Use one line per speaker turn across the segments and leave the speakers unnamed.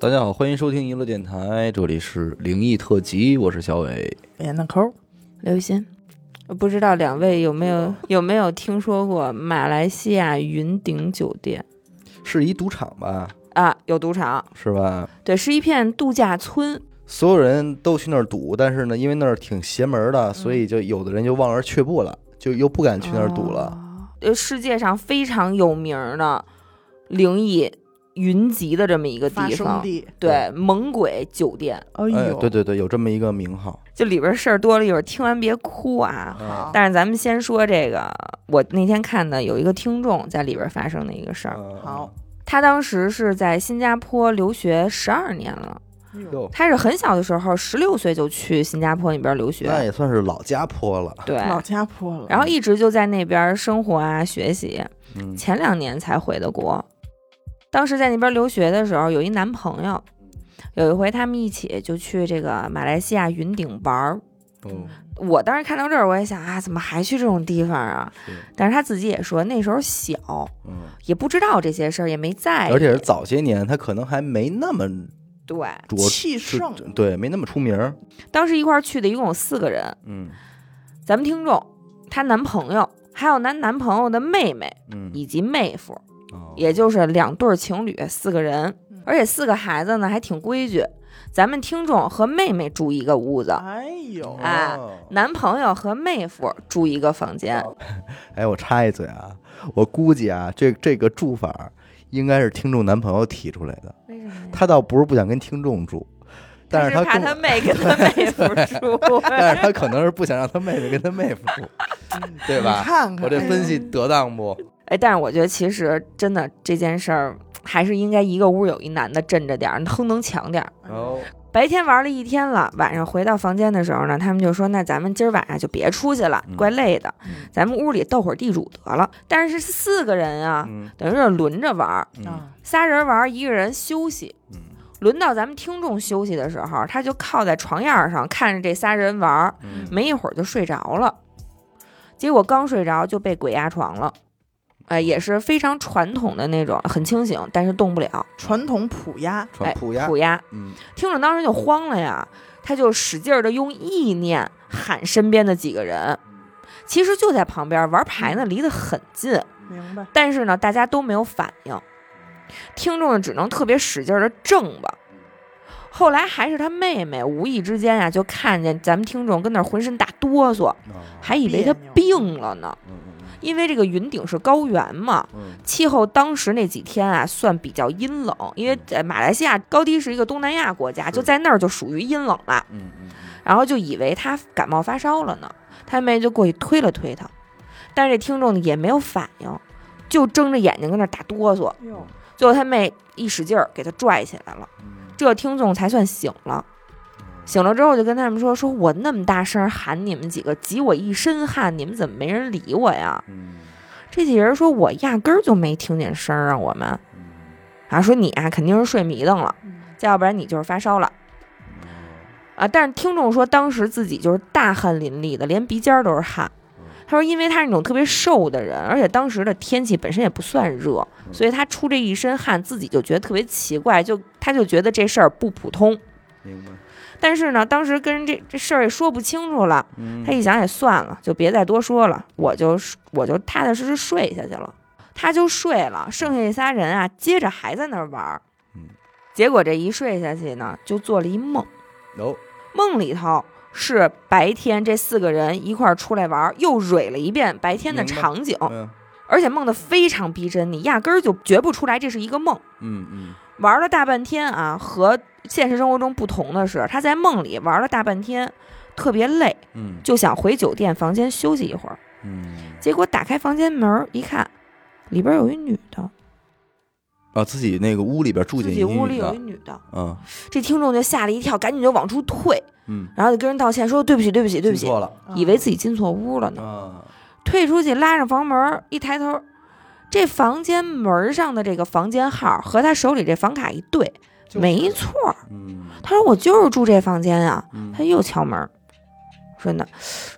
大家好，欢迎收听娱乐电台，这里是灵异特辑，我是小伟。
演的抠，
刘鑫，我不知道两位有没有有没有听说过马来西亚云顶酒店
是一赌场吧，
啊？有赌场，
是吧？
对，是一片度假村，
所有人都去那儿赌，但是呢，因为那儿挺邪门
嗯
的，所以就有的人就望而却步了，就又不敢去那儿赌了。
哦。呃，世界上非常有名的灵异云集的这么一个
发
地
兄
方，
弟，
对，猛鬼酒店，
哎
哎，
呦，
对对对，有这么一个名号。嗯
就里边事儿多了，一会儿听完别哭啊。
好，
但是咱们先说这个，我那天看的有一个听众在里边发生的一个事儿，
嗯
好，
他当时是在新加坡留学十二年了。
哎呦
哟，
他是很小的时候，十六岁就去新加坡那边留
那
学，
也算是老家坡了。
对，
老家破了，
然后一直就在那边生活啊、学习，
嗯，
前两年才回的国。当时在那边留学的时候，有一男朋友，有一回他们一起就去这个马来西亚云顶玩儿。
哦，
我当时看到这儿，我也想啊，怎么还去这种地方啊？
是，
但是他自己也说，那时候小，
嗯，
也不知道这些事儿，也没
哎
在意。
而且是早些年，他可能还没那么
对，
着，
气盛，
是对，没那么出名儿。
当时一块儿去的一共有四个人，
嗯
咱们听众，她男朋友，还有男男朋友的妹妹
嗯，
以及妹夫，
哦
也就是两对儿情侣，四个人
嗯，
而且四个孩子呢还挺规矩。咱们听众和妹妹住一个屋子，
哎呦，
哎
哦
男朋友和妹夫住一个房间。
哎，我插一嘴啊，我估计啊，这这个住法儿应该是听众男朋友提出来的。
为什么呀？
他倒不是不想跟听众住，但是
他怕
跟
他
我，
妹跟他妹夫 住。啊
但是他可能是不想让他妹妹跟他妹夫住，对
你
吧？
看看，
我这
哎
分析得当不？
哎，但是我觉得其实真的这件事儿，还是应该一个屋有一男的镇着点儿，哼能强点儿。
哦，
白天玩了一天了，晚上回到房间的时候呢，他们就说：“那咱们今儿晚上就别出去了
嗯，
怪累的，
嗯
咱们屋里斗会儿地主得了。”但是是四个人啊，
嗯
等于是轮着玩儿，
嗯
啊，
仨人玩儿，一个人休息。
嗯
轮到咱们听众休息的时候，他就靠在床沿儿上看着这仨人玩儿，
嗯，
没一会儿就睡着了。结果刚睡着就被鬼压床了，呃，也是非常传统的那种，很清醒，但是动不了，
传统普鸭，
传普鸭，
虎压。
嗯，
听着当时就慌了呀，他就使劲的用意念喊身边的几个人，其实就在旁边玩牌呢，离得很近，
明白？
但是呢，大家都没有反应，听众呢只能特别使劲的挣吧。后来还是他妹妹无意之间呀、就看见咱们听众跟那儿浑身打哆嗦，
哦
还以为他
别扭
病了呢，
嗯嗯
因为这个云顶是高原嘛，
嗯
气候当时那几天啊，算比较阴冷，因为在马来西亚高低是一个东南亚国家，
是
就在那儿就属于阴冷了。
嗯嗯
然后就以为他感冒发烧了呢，他妹就过去推了推他，但是这听众呢也没有反应，就睁着眼睛跟那儿打哆嗦。
哎呦，
最后他妹一使劲儿给他拽起来了，
嗯
这听众才算醒了。醒了之后就跟他们说：“说我那么大声喊你们几个，挤我一身汗，你们怎么没人理我呀？”
嗯
这几人说：“我压根儿就没听见声儿啊，我们。”啊，说你啊肯定是睡迷瞪了，
嗯
再要不然你就是发烧了
哦
啊。但是听众说当时自己就是大汗淋漓的，连鼻尖儿都是汗。
嗯
他说，因为他是那种特别瘦的人，而且当时的天气本身也不算热，
嗯
所以他出这一身汗，自己就觉得特别奇怪，就他就觉得这事儿不普通。
明白。
但是呢，当时跟人这这事儿也说不清楚了，
嗯
他一想也算了，就别再多说了，我就我就踏踏实实睡下去了。他就睡了，剩下这仨人啊，接着还在那儿玩儿
嗯。
结果这一睡下去呢，就做了一梦，
哦，
梦里头是白天这四个人一块儿出来玩儿，又蕊了一遍白天的
明白
场景，
嗯
而且梦得非常逼真，你压根儿就觉不出来这是一个梦。
嗯嗯
玩了大半天啊，和现实生活中不同的是，他在梦里玩了大半天，特别累，
嗯
就想回酒店房间休息一会儿。
嗯，
结果打开房间门儿一看，里边有一女的，
啊，自己那个屋里边住
自
进
己
一
屋
女
里
的
有一女的。
嗯
这听众就吓了一跳，赶紧就往出退，
嗯，
然后就跟人道歉说对不起，对不起，对不
记
起，
错了
以为自己进错屋了呢。
啊，
退出去拉上房门儿，一抬头，这房间门儿上的这个房间号和他手里这房卡一对，
就是
没错儿。
嗯
他说我就是住这房间啊，
嗯
他又敲门儿。说呢，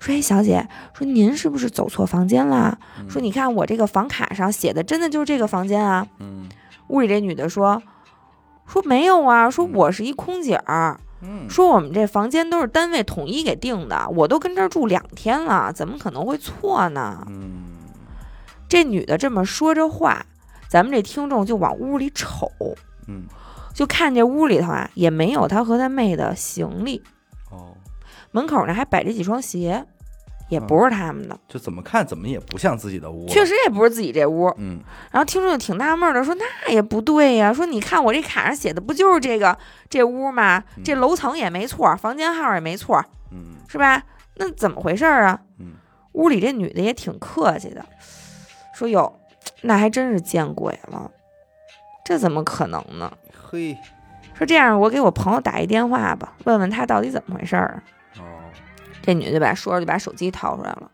说哎，小姐，说您是不是走错房间啦？
嗯
说你看我这个房卡上写的真的就是这个房间啊？
嗯
屋里这女的说：“说没有啊，说我是一空姐儿，
嗯
说我们这房间都是单位统一给定的，我都跟这儿住两天了，怎么可能会错呢？
嗯，
这女的这么说着话，咱们这听众就往屋里瞅，
嗯，
就看这屋里头啊也没有她和她妹的行李，
哦，
门口呢还摆着几双鞋，也
嗯
不是他们的，
就怎么看怎么也不像自己的屋，
确，实也不是自己这屋。
嗯
然后听众就挺纳闷的，说那也不对呀、说你看我这卡上写的不就是这个这屋吗？
嗯
这楼层也没错，房间号也没错，
嗯
是吧？那怎么回事儿啊？
嗯
屋里这女的也挺客气的，说哟，那还真是见鬼了，这怎么可能呢？
嘿，
说这样，我给我朋友打一电话吧，问问他到底怎么回事儿啊。
哦，
这女的就把说着就把手机掏出来了。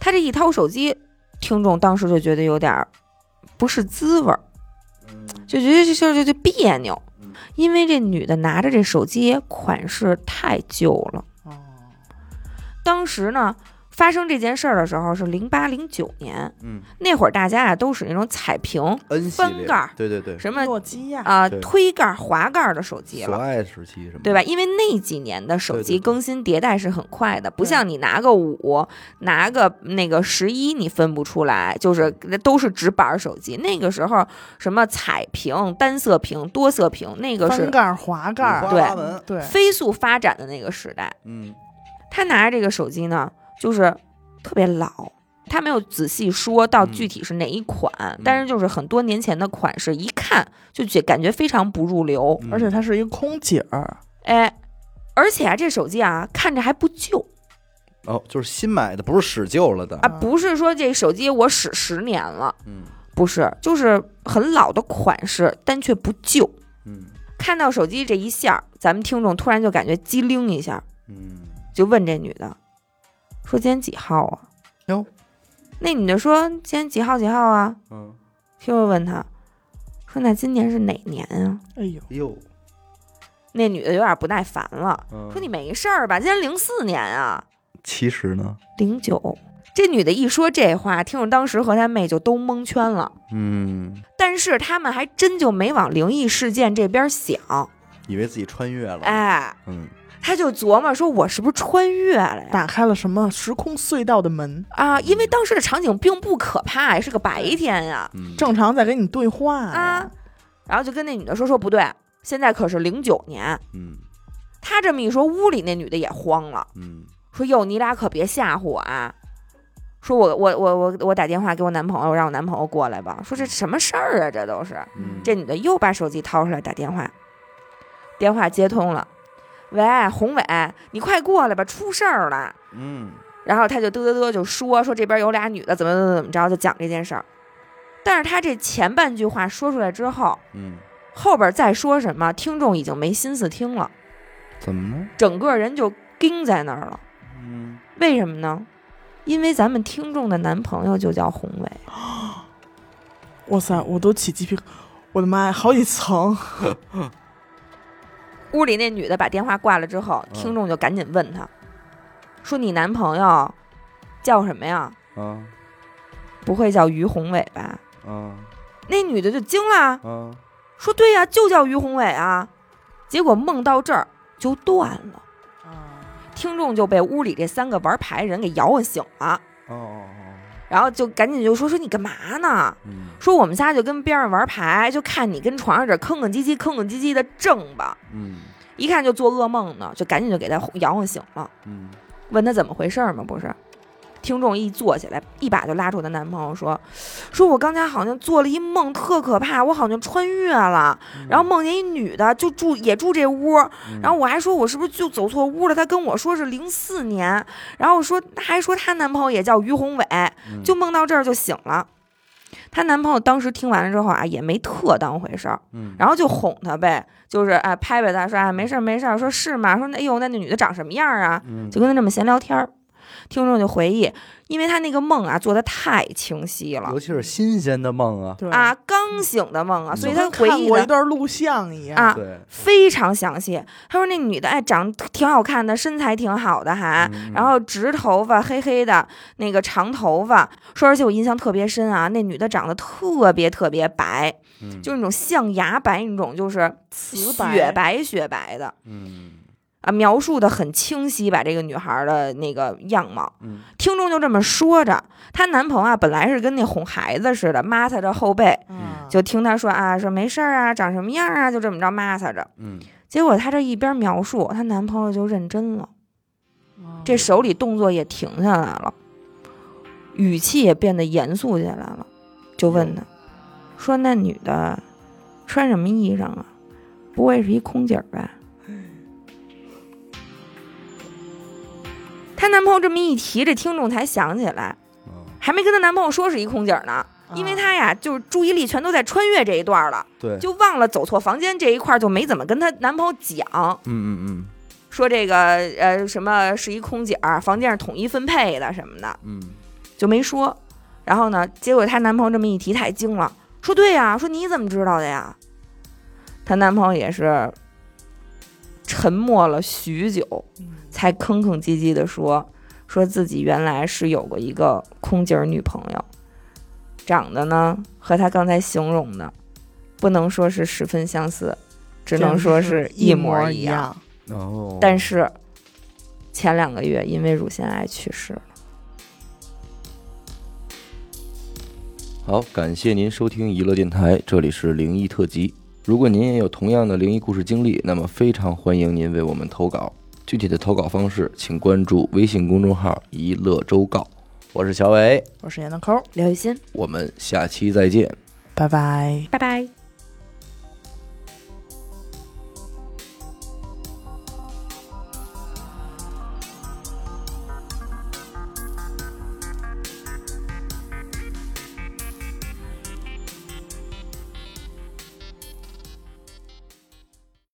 她这一掏手机，听众当时就觉得有点儿不是滋味儿，就觉得这事儿就就别扭，因为这女的拿着这手机款式太旧了。
哦，
当时呢，发生这件事儿的时候是零八零九年，
嗯
那会儿大家啊都使那种彩屏、
，N 系
翻
列
盖儿，
对对对，
什么
诺基亚，
啊、
对
推盖、滑盖的手机
索
了。
爱时期什么，
对吧？？因为那几年的手
对对
机
对
更新迭代是很快的，不
对
像你拿个五、拿个那个十一，你分不出来，就是都是直板手机。那个时候什么彩屏、单色屏、多色屏，那个
翻
是嗯
盖儿、滑盖
五
儿，
花八门，
对，
飞速发展的那个时代。
嗯
他拿着这个手机呢，就是特别老。他没有仔细说到
嗯
具体是哪一款，但是就是很多年前的款式，一看就觉感觉非常不入流。
嗯
而且她是一个空姐儿，
哎，而且啊，这手机啊看着还不旧，
哦，就是新买的，不是使旧了的
啊，，
啊
不是说这手机我使十年了，
嗯
不是，就是很老的款式，但却不旧。
嗯
看到手机这一下儿，咱们听众突然就感觉机灵一下，
嗯，
就问这女的，说今天几号啊？
哟，
那女的说今天几号几号啊？
嗯，
听众问她，说那今年是哪年啊？
哎呦，
哟，
那女的有点不耐烦了，
嗯
说你没事儿吧？今年零四年啊，
其实呢，
零九。这女的一说这话，听众当时和她妹就都蒙圈了。
嗯，
但是他们还真就没往灵异事件这边想，
以为自己穿越了，，
哎，
嗯
他就琢磨说，我是不是穿越了呀？
打开了什么时空隧道的门，
啊，因为当时的场景并不可怕，也是个白天呀，
嗯，
正常在跟你对话
啊
呀，，
然后就跟那女的说说不对，现在可是零九年。
嗯
他这么一说，屋里那女的也慌了，
嗯
说哟，你俩可别吓唬我啊！说我我我我我打电话给我男朋友，让我男朋友过来吧。说这什么事儿啊？这都是。
嗯，
这女的又把手机掏出来打电话，电话接通了，喂，宏伟，你快过来吧，出事儿了。
嗯
然后他就嘚嘚嘚就说说这边有俩女的怎么怎么怎么着，就讲这件事儿。但是他这前半句话说出来之后，
嗯，
后边再说什么，听众已经没心思听了，
怎么了？
整个人就盯在那儿了。
嗯，
为什么呢？因为咱们听众的男朋友就叫宏伟，
哇塞，我都起鸡皮，我的妈呀，好几层，
屋里那女的把电话挂了之后，
嗯
听众就赶紧问她，说你男朋友叫什么呀？
啊
不会叫于宏伟吧？嗯
啊
那女的就惊了，
啊，
说对呀、就叫于宏伟啊。结果梦到这儿就断了，
啊
听众就被屋里这三个玩牌人给摇晃醒了，
哦哦哦，
然后就赶紧就说说你干嘛呢？
嗯
说我们仨就跟边上玩牌，就看你跟床上这吭吭唧唧、吭吭唧唧的正吧，
嗯
一看就做噩梦呢，就赶紧就给他摇晃醒了。
嗯
问她怎么回事儿吗？不是，听众一坐起来，一把就拉住她男朋友说：“说我刚才好像做了一梦，特可怕，我好像穿越了，然后梦见一女的就住也住这屋，
嗯，
然后我还说我是不是就走错屋了？她跟我说是零四年，然后我说还说她男朋友也叫于宏伟，
嗯
就梦到这儿就醒了。”她男朋友当时听完了之后啊，也没特当回事儿，
嗯，
然后就哄她呗，就是哎拍拍她说啊没事儿没事儿，说是吗？说那哎呦那那女的长什么样儿啊？
嗯
就跟他这么闲聊天儿。听众就回忆，因为他那个梦啊做的太清晰了
尤其是新鲜的梦啊，
对
啊，，刚醒的梦啊，所以
跟
他回
看
忆
过
的
一段录像一样
啊
对，
非常详细。他说那女的哎，长得挺好看的，身材挺好的还，
嗯
哎然后直头发，黑黑的，那个长头发。说而且我印象特别深啊，那女的长得特别特别白，
嗯
就是那种象牙白，那种就是
瓷白
雪白雪白的。
嗯
啊，描述的很清晰，把这个女孩的那个样貌，
嗯
听众就这么说着。她男朋友啊，本来是跟那哄孩子似的，抹擦着后背，
啊，
就听她说啊，说没事儿啊，长什么样啊，就这么着抹擦着。
嗯
结果她这一边描述，她男朋友就认真了，
啊
这手里动作也停下来了，语气也变得严肃起来了，就问她，说那女的穿什么衣裳啊？不会是一空姐儿吧？她男朋友这么一提，这听众才想起来，
嗯，
还没跟她男朋友说是一空姐儿呢，
啊
因为她呀，就是注意力全都在穿越这一段了，
对，
就忘了走错房间这一块儿，就没怎么跟她男朋友讲。
嗯嗯
说这个呃什么是一空姐儿，房间是统一分配的什么的，
嗯嗯
就没说。然后呢，结果她男朋友这么一提，她也惊了，说对呀、说你怎么知道的呀？她男朋友也是沉默了许久，
嗯
才吭吭唧唧地说，说自己原来是有过一个空姐儿女朋友，长得呢和她刚才形容的，不能说是十分相似，只能说是一模一样。，
哦，
但是前两个月因为乳腺癌去世了。
好，感谢您收听娱乐电台，这里是灵异特辑。如果您也有同样的灵异故事经历，那么非常欢迎您为我们投稿。具体的投稿方式，请关注微信公众号“一乐周告”。我是小伟，
我是闫德抠，
刘雨欣，
我们下期再见。
拜拜。
拜拜。